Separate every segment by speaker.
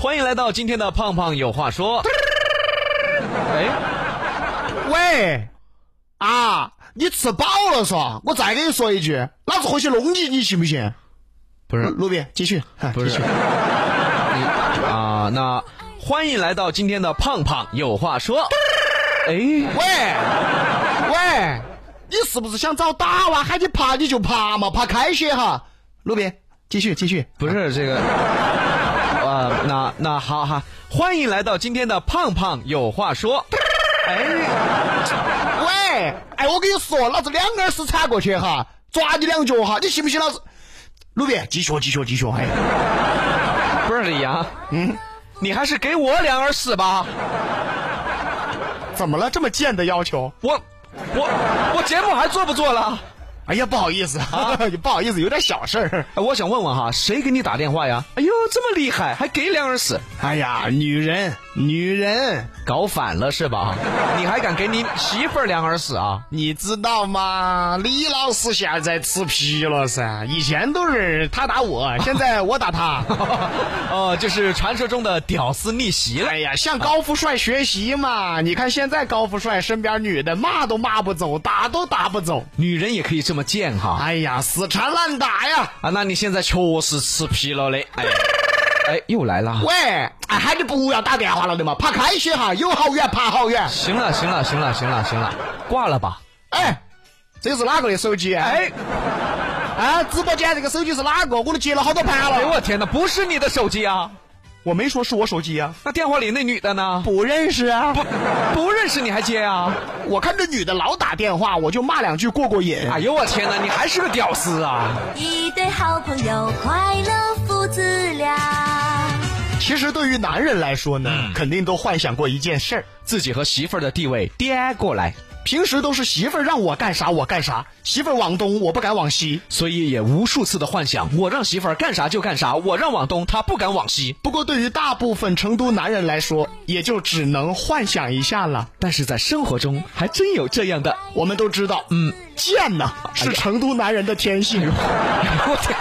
Speaker 1: 欢迎来到今天的《胖胖有话说》。哎，
Speaker 2: 喂，啊，你吃饱了是吧？我再跟你说一句，老子回去弄你，你信不信？
Speaker 1: 不是
Speaker 2: 路边继续，哎
Speaker 1: 嗯不是
Speaker 2: 继续
Speaker 1: 啊、那欢迎来到今天的《胖胖有话说》。哎，
Speaker 2: 喂，喂，你是不是想找打哇？喊你爬你就爬嘛，爬开些哈。路边继续继续，
Speaker 1: 不是这个，啊、那那好哈，欢迎来到今天的《胖胖有话说》。哎，
Speaker 2: 喂，哎，我跟你说，老子两耳屎铲过去哈，抓你两脚哈，你信不信？老子，路边继续继续继续，哎，
Speaker 1: 不是李阳，嗯，你还是给我两耳屎吧。
Speaker 2: 怎么了？这么贱的要求？
Speaker 1: 我我我节目还做不做了？
Speaker 2: 哎呀，不好意思啊， 不好意思，有点小事儿。
Speaker 1: 哎我想问问哈，谁给你打电话呀？哎呦，这么厉害，还给两耳屎，
Speaker 2: 哎呀，女人，女人，
Speaker 1: 搞反了是吧？你还敢给你媳妇儿两耳屎啊？
Speaker 2: 你知道吗？李老师现在吃皮了噻，以前都是他打我， 现在我打他。
Speaker 1: 哦，就是传说中的屌丝逆袭了。
Speaker 2: 哎呀，向高富帅学习嘛！你看现在高富帅身边女的骂都骂不走，打都打不走。
Speaker 1: 女人也可以这么贱哈
Speaker 2: 哎呀，死缠烂打呀！
Speaker 1: 啊！那你现在确实吃皮了嘞。哎，哎，又来了。
Speaker 2: 喂，哎，喊你不要打电话了的嘛，爬开些哈，有好远爬好远。
Speaker 1: 行了，行了，行了，行了，行了，挂了吧。
Speaker 2: 哎，这是哪个的手机？哎，
Speaker 1: 哎，
Speaker 2: 啊，直播间这个手机是哪个？我都接了好多盘
Speaker 1: 哎呦
Speaker 2: 了。
Speaker 1: 我天哪，不是你的手机啊？
Speaker 2: 我没说是我手机啊，
Speaker 1: 那电话里那女的呢？
Speaker 2: 不认识啊。
Speaker 1: 不不认识你还接啊？
Speaker 2: 我看这女的老打电话，我就骂两句过过瘾。
Speaker 1: 哎呦我天哪，你还是个屌丝啊！
Speaker 3: 一对好朋友，快乐父子俩。
Speaker 2: 其实对于男人来说呢，
Speaker 1: 嗯
Speaker 2: 肯定都幻想过一件事儿，
Speaker 1: 自己和媳妇儿的地位颠过来，
Speaker 2: 平时都是媳妇儿让我干啥我干啥，媳妇儿往东我不敢往西。
Speaker 1: 所以也无数次的幻想，我让媳妇儿干啥就干啥，我让往东，她不敢往西。
Speaker 2: 不过对于大部分成都男人来说，也就只能幻想一下了。
Speaker 1: 但是在生活中，还真有这样的，
Speaker 2: 我们都知道，嗯，贱呐、
Speaker 1: 哎
Speaker 2: 是成都男人的 天性。
Speaker 1: 我天，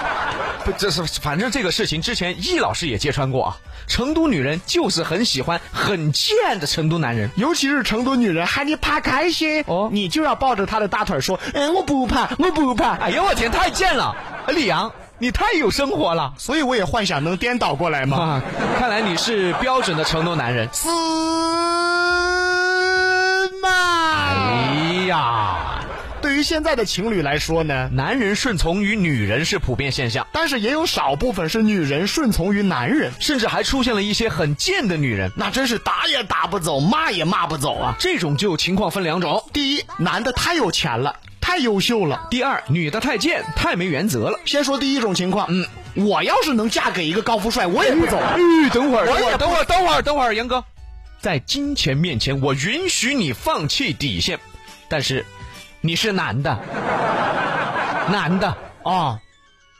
Speaker 1: 不，这是反正这个事情之前易老师也揭穿过啊。成都女人就是很喜欢很贱的成都男人，
Speaker 2: 尤其是成都女人喊你爬开些，
Speaker 1: 哦
Speaker 2: 你就要抱着她的大腿说：“嗯，我不怕，我不怕。
Speaker 1: 哎呀，我天，太贱了！李阳，你太有生活了”
Speaker 2: 所以我也幻想能颠倒过来嘛。
Speaker 1: 啊！看来你是标准的成都男人。
Speaker 2: 死
Speaker 1: 哎
Speaker 2: 嘛！
Speaker 1: 哎呀，
Speaker 2: 对于现在的情侣来说呢，
Speaker 1: 男人顺从于女人是普遍现象。
Speaker 2: 但是也有少部分是女人顺从于男人，
Speaker 1: 甚至还出现了一些很贱的女人。
Speaker 2: 那真是打也打不走，骂也骂不走啊！
Speaker 1: 这种就情况分两种：
Speaker 2: 第一，男的太有钱了，太优秀了。
Speaker 1: 第二，女的太贱，太没原则了。
Speaker 2: 先说第一种情况，嗯，我要是能嫁给一个高富帅，我也不走。
Speaker 1: 哎，等会儿，
Speaker 2: 我也不
Speaker 1: 等会儿，等会儿，等会儿，杨哥，在金钱面前，我允许你放弃底线，但是你是男的，男的
Speaker 2: 啊啊，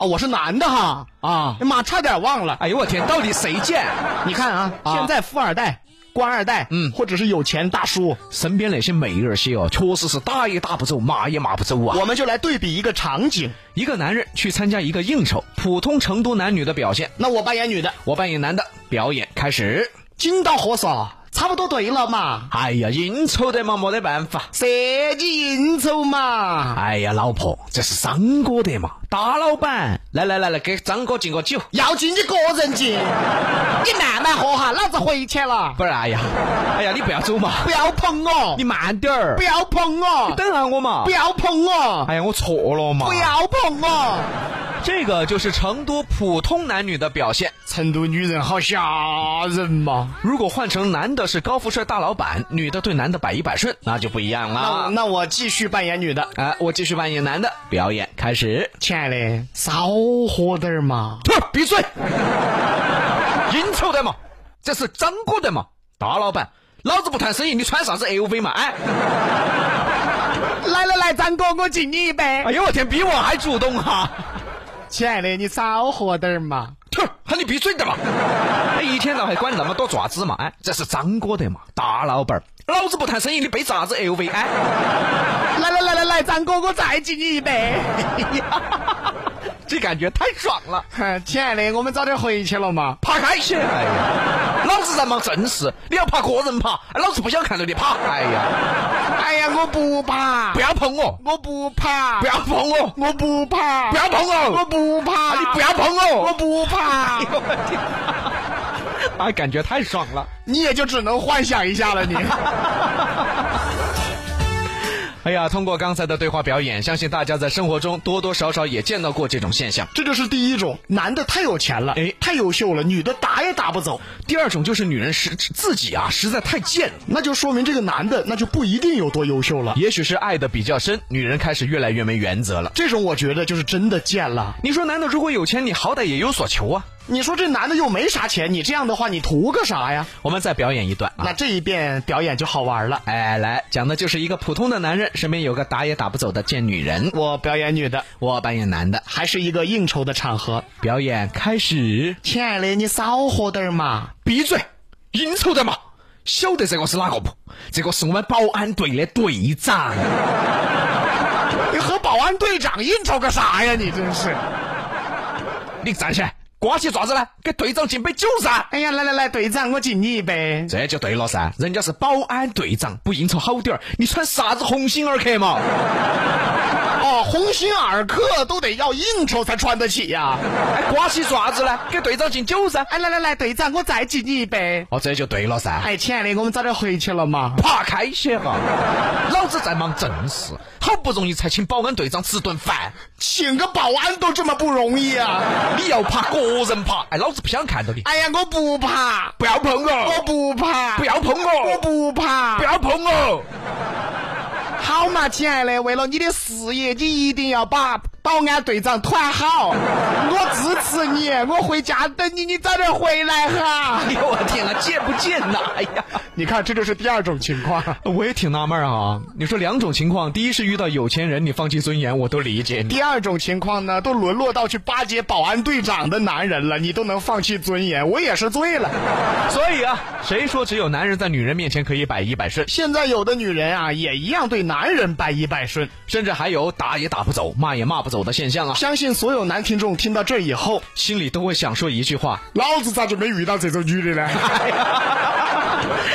Speaker 2: 我是男的哈！哎
Speaker 1: 啊！
Speaker 2: 妈，差点忘了，
Speaker 1: 哎呦我天，到底谁贱？
Speaker 2: 你看啊，
Speaker 1: 啊
Speaker 2: 现在富二代、官二代，
Speaker 1: 嗯
Speaker 2: 或者是有钱大叔，
Speaker 1: 身边那些妹儿些哦，确实是打也打不走，骂也骂不走啊！
Speaker 2: 我们就来对比一个场景。
Speaker 1: 一个男人去参加一个应酬，普通成都男女的表现，
Speaker 2: 那我扮演女的，
Speaker 1: 我扮演男的，表演开始。
Speaker 2: 金到火手，差不多对了嘛。
Speaker 1: 哎呀，应酬的嘛，没得办法。
Speaker 2: 设计应酬嘛，
Speaker 1: 哎呀，老婆，这是张哥的嘛，大老板，来来来来，给张哥敬个酒。
Speaker 2: 要敬你个人敬，你慢慢喝哈，老子回去了。
Speaker 1: 不是，哎呀，哎呀，你不要走嘛，
Speaker 2: 不要碰我
Speaker 1: 你，慢点儿
Speaker 2: 不，要碰我，
Speaker 1: 等下我嘛
Speaker 2: 不。要碰我，
Speaker 1: 哎呀，我错了嘛。
Speaker 2: 不，要碰我。
Speaker 1: 这个就是成都普通男女的表现。
Speaker 2: 成都女人好吓人嘛。
Speaker 1: 如果换成男的是高富帅大老板，女的对男的百依百顺，那就不一样
Speaker 2: 那我
Speaker 1: 了。
Speaker 2: 那我继续扮演女的，
Speaker 1: 哎、我继续扮演男的，表演开始。
Speaker 2: 亲爱的，少喝点儿嘛。
Speaker 1: 闭 嘴！应酬的嘛，这是张哥的嘛，大老板，老子不谈生意，你穿啥子 LV 嘛？哎，
Speaker 2: 来来来，张哥，我敬你一杯。
Speaker 1: 哎呦我天，比我还主动啊哈、
Speaker 2: 啊亲爱的，你少喝点儿嘛。
Speaker 1: 哼，喊你闭嘴的嘛！哎，一天到黑管那么多爪子嘛？哎，这是张哥的嘛，大老板儿，老子不谈生意，你背啥子 LV？哎，
Speaker 2: 来来来来来，张哥，我再敬你一杯。
Speaker 1: 这感觉太爽了，
Speaker 2: 哼亲爱的，我们早点回去了嘛。
Speaker 1: 爬开些！哎呀，然嘛，正是。你要怕个人怕，老子不想看到你怕。哎呀，
Speaker 2: 哎呀，我不怕
Speaker 1: 不，要碰我，
Speaker 2: 我不怕
Speaker 1: 不，要碰我，
Speaker 2: 我不怕，
Speaker 1: 不要碰我，
Speaker 2: 我不怕，
Speaker 1: 啊你不要碰我，
Speaker 2: 我不怕。
Speaker 1: 啊，感觉太爽了。
Speaker 2: 你也就只能幻想一下 了，你。
Speaker 1: 哎呀，通过刚才的对话表演，相信大家在生活中多多少少也见到过这种现象。
Speaker 2: 这就是第一种，男的太有钱了，
Speaker 1: 哎
Speaker 2: 太优秀了，女的打也打不走，
Speaker 1: 第二种就是女人实自己啊，实在太贱了。
Speaker 2: 那就说明这个男的那就不一定有多优秀了。
Speaker 1: 也许是爱的比较深，女人开始越来越没原则了。
Speaker 2: 这种我觉得就是真的贱了。
Speaker 1: 你说男的如果有钱，你好歹也有所求啊。
Speaker 2: 你说这男的又没啥钱，你这样的话，你图个啥呀？
Speaker 1: 我们再表演一段啊
Speaker 2: 那。这一遍表演就好玩了。
Speaker 1: 哎，来讲的就是一个普通的男人，身边有个打也打不走的贱女人。
Speaker 2: 我表演女的，
Speaker 1: 我扮演男的，
Speaker 2: 还是一个应酬的场合。
Speaker 1: 表演开始。
Speaker 2: 亲爱的，你少喝点儿嘛。
Speaker 1: 闭嘴！应酬的嘛，晓得这个是哪个不？这个是我们保安队的队长。
Speaker 2: 你和保安队长应酬个啥呀？你真是。
Speaker 1: 你站起来，瓜起爪子来，给队长敬杯酒噻。
Speaker 2: 哎呀，来来来，队长，我敬你一杯。
Speaker 1: 这就对了噻，人家是保安队长，不应酬好点儿。你穿啥子鸿星尔克嘛？
Speaker 2: 哦，鸿星尔克都得要应酬才穿得起呀、
Speaker 1: 还瓜哎起爪子来，给队长敬酒噻。
Speaker 2: 哎，来来来，队长，我再敬你一杯。
Speaker 1: 哦，这就对了噻。
Speaker 2: 哎，亲爱的，我们早点回去了嘛。
Speaker 1: 爬开些哈！老子在忙正事，好不容易才请保安队长吃顿饭，
Speaker 2: 请个保安都这么不容易啊！
Speaker 1: 你要爬个人爬，哎，老子不想看到你！
Speaker 2: 哎呀，我不怕，
Speaker 1: 不要碰
Speaker 2: 我
Speaker 1: 我，
Speaker 2: 不怕，
Speaker 1: 不要碰我，
Speaker 2: 我不怕
Speaker 1: 不。要碰我！
Speaker 2: 好嘛，亲爱的，为了你的事业，你一定要把保安队长团好。我支持你，我回家等你，你早点回来哈。
Speaker 1: 哎呦我天哪，见不见呐？哎呀！
Speaker 2: 你看，这就是第二种情况。
Speaker 1: 我也挺纳闷啊，你说两种情况，第一是遇到有钱人，你放弃尊严，我都理解你。
Speaker 2: 第二种情况呢，都沦落到去巴结保安队长的男人了，你都能放弃尊严，我也是醉了。
Speaker 1: 所以啊，谁说只有男人在女人面前可以百依百顺，
Speaker 2: 现在有的女人啊，也一样对男人百依百顺。
Speaker 1: 甚至还有打也打不走、骂也骂不走的现象啊？
Speaker 2: 相信所有男听众听到这以后，
Speaker 1: 心里都会想说一句话：
Speaker 2: 老子咋就没遇到这种女的呢？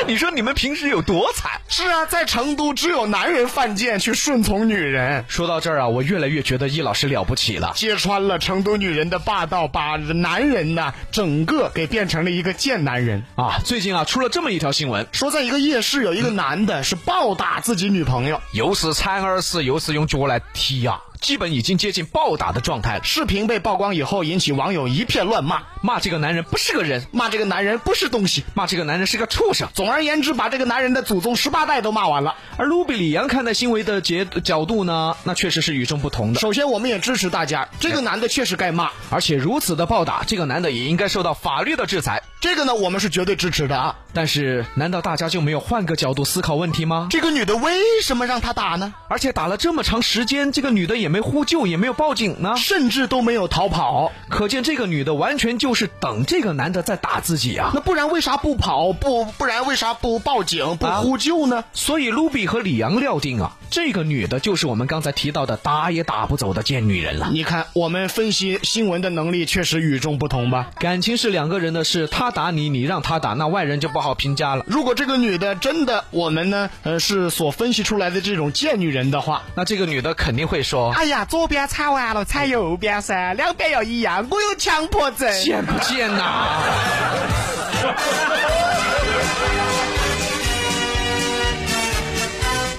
Speaker 1: 你说你们平时有多惨？
Speaker 2: 是啊，在成都只有男人犯贱去顺从女人，
Speaker 1: 说到这儿啊，我越来越觉得易老师了不起了。
Speaker 2: 揭穿了成都女人的霸道，把男人呐整个给变成了一个贱男人。
Speaker 1: 啊，最近啊出了这么一条新闻，
Speaker 2: 说在一个夜市，有一个男的是暴打自己女朋友，
Speaker 1: 又是铲耳屎，又是用脚来踢啊，基本已经接近暴打的状态了。
Speaker 2: 视频被曝光以后，引起网友一片乱骂，
Speaker 1: 骂这个男人不是个人，
Speaker 2: 骂这个男人不是东西。
Speaker 1: 骂这个男人是个畜生。
Speaker 2: 总而言之，把这个男人的祖宗十八代都骂完了。
Speaker 1: 而卢比里扬看待行为的角角度呢，那确实是与众不同的。
Speaker 2: 首先，我们也支持大家，这个男的确实该骂，
Speaker 1: 而且如此的暴打，这个男的也应该受到法律的制裁。
Speaker 2: 这个呢我们是绝对支持的啊。
Speaker 1: 但是，难道大家就没有换个角度思考问题吗？
Speaker 2: 这个女的为什么让他打呢？
Speaker 1: 而且打了这么长时间，这个女的也没呼救，也没有报警呢。
Speaker 2: 甚至都没有逃跑，
Speaker 1: 可见这个女的完全就是等这个男的在打自己啊。
Speaker 2: 那不然为啥不跑？不不然为啥不报警、不
Speaker 1: 啊
Speaker 2: 呼救呢？
Speaker 1: 所以卢比和李阳料定啊，这个女的就是我们刚才提到的打也打不走的贱女人了。
Speaker 2: 你看，我们分析新闻的能力确实与众不同吧？
Speaker 1: 感情是两个人的事，他打你，你让他打，那外人就不好评价了。
Speaker 2: 如果这个女的真的，我们呢，呃，是所分析出来的这种贱女人的话，
Speaker 1: 那这个女的肯定会说，
Speaker 2: 哎呀，左边踩完了，踩右边噻，两边要一样，我有强迫症。
Speaker 1: 贱不贱呐、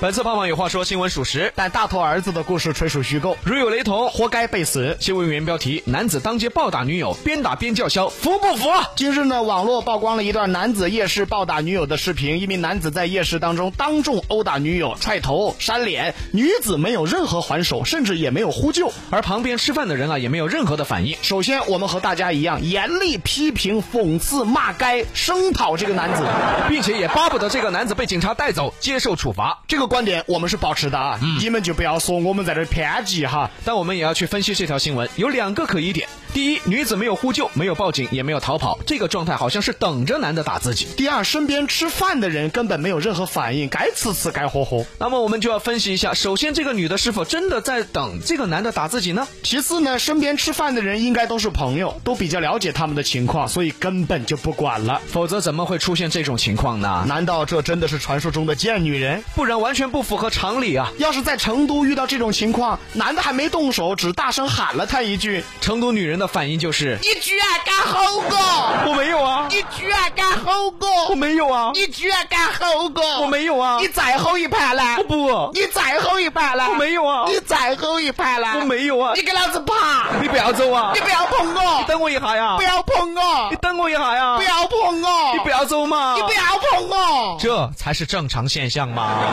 Speaker 1: 本次胖胖有话说新闻属实，
Speaker 2: 但大头儿子的故事纯属虚构，
Speaker 1: 如有雷同，
Speaker 2: 活该被死。
Speaker 1: 新闻原标题：男子当街暴打女友，边打边叫嚣，服不服？啊
Speaker 2: 近日呢，网络曝光了一段男子夜市暴打女友的视频。一名男子在夜市当中当众殴打女友，踹头、扇脸，女子没有任何还手，甚至也没有呼救。
Speaker 1: 而旁边吃饭的人啊，也没有任何的反应。
Speaker 2: 首先，我们和大家一样，严厉批评、讽刺、骂街、声讨这个男子。
Speaker 1: 并且也巴不得这个男子被警察带走接受处罚。
Speaker 2: 这个观点我们是保持的啊，你们就不要说我们在这儿偏激哈。
Speaker 1: 但我们也要去分析这条新闻，有两个可疑点。第一，女子没有呼救，没有报警，也没有逃跑，这个状态好像是等着男的打自己。
Speaker 2: 第二，身边吃饭的人根本没有任何反应，该吃吃，该喝喝。
Speaker 1: 那么我们就要分析一下，首先这个女的是否真的在等这个男的打自己呢？
Speaker 2: 其次呢，身边吃饭的人应该都是朋友，都比较了解他们的情况，所以根本就不管了。
Speaker 1: 否则怎么会出现这种情况呢？
Speaker 2: 难道这真的是传说中的贱女人？
Speaker 1: 不然完全不符合常理啊！
Speaker 2: 要是在成都遇到这种情况，男的还没动手，只大声喊了他一句啊
Speaker 1: 成都女人的反应就是：“
Speaker 4: 你居然敢吼我！
Speaker 1: 我没有啊，
Speaker 4: 你居然敢吼
Speaker 1: 我
Speaker 4: 我！
Speaker 1: 没有啊，
Speaker 4: 你居然敢吼我！
Speaker 1: 我没有啊，
Speaker 4: 你再吼一盘来
Speaker 1: 我！不，我
Speaker 4: 你再吼一盘来！
Speaker 1: 没有啊，
Speaker 4: 你再吼一盘来！
Speaker 1: 我没有啊
Speaker 4: 你，给老子爬！
Speaker 1: 你不要走啊
Speaker 4: 你，不要碰我！
Speaker 1: 等我一下呀
Speaker 4: 不，要碰我
Speaker 1: 你！等我一下呀
Speaker 4: 不，要碰我！
Speaker 1: 你不要走嘛
Speaker 4: 你，不要碰我！
Speaker 1: 这才是正常现象嘛。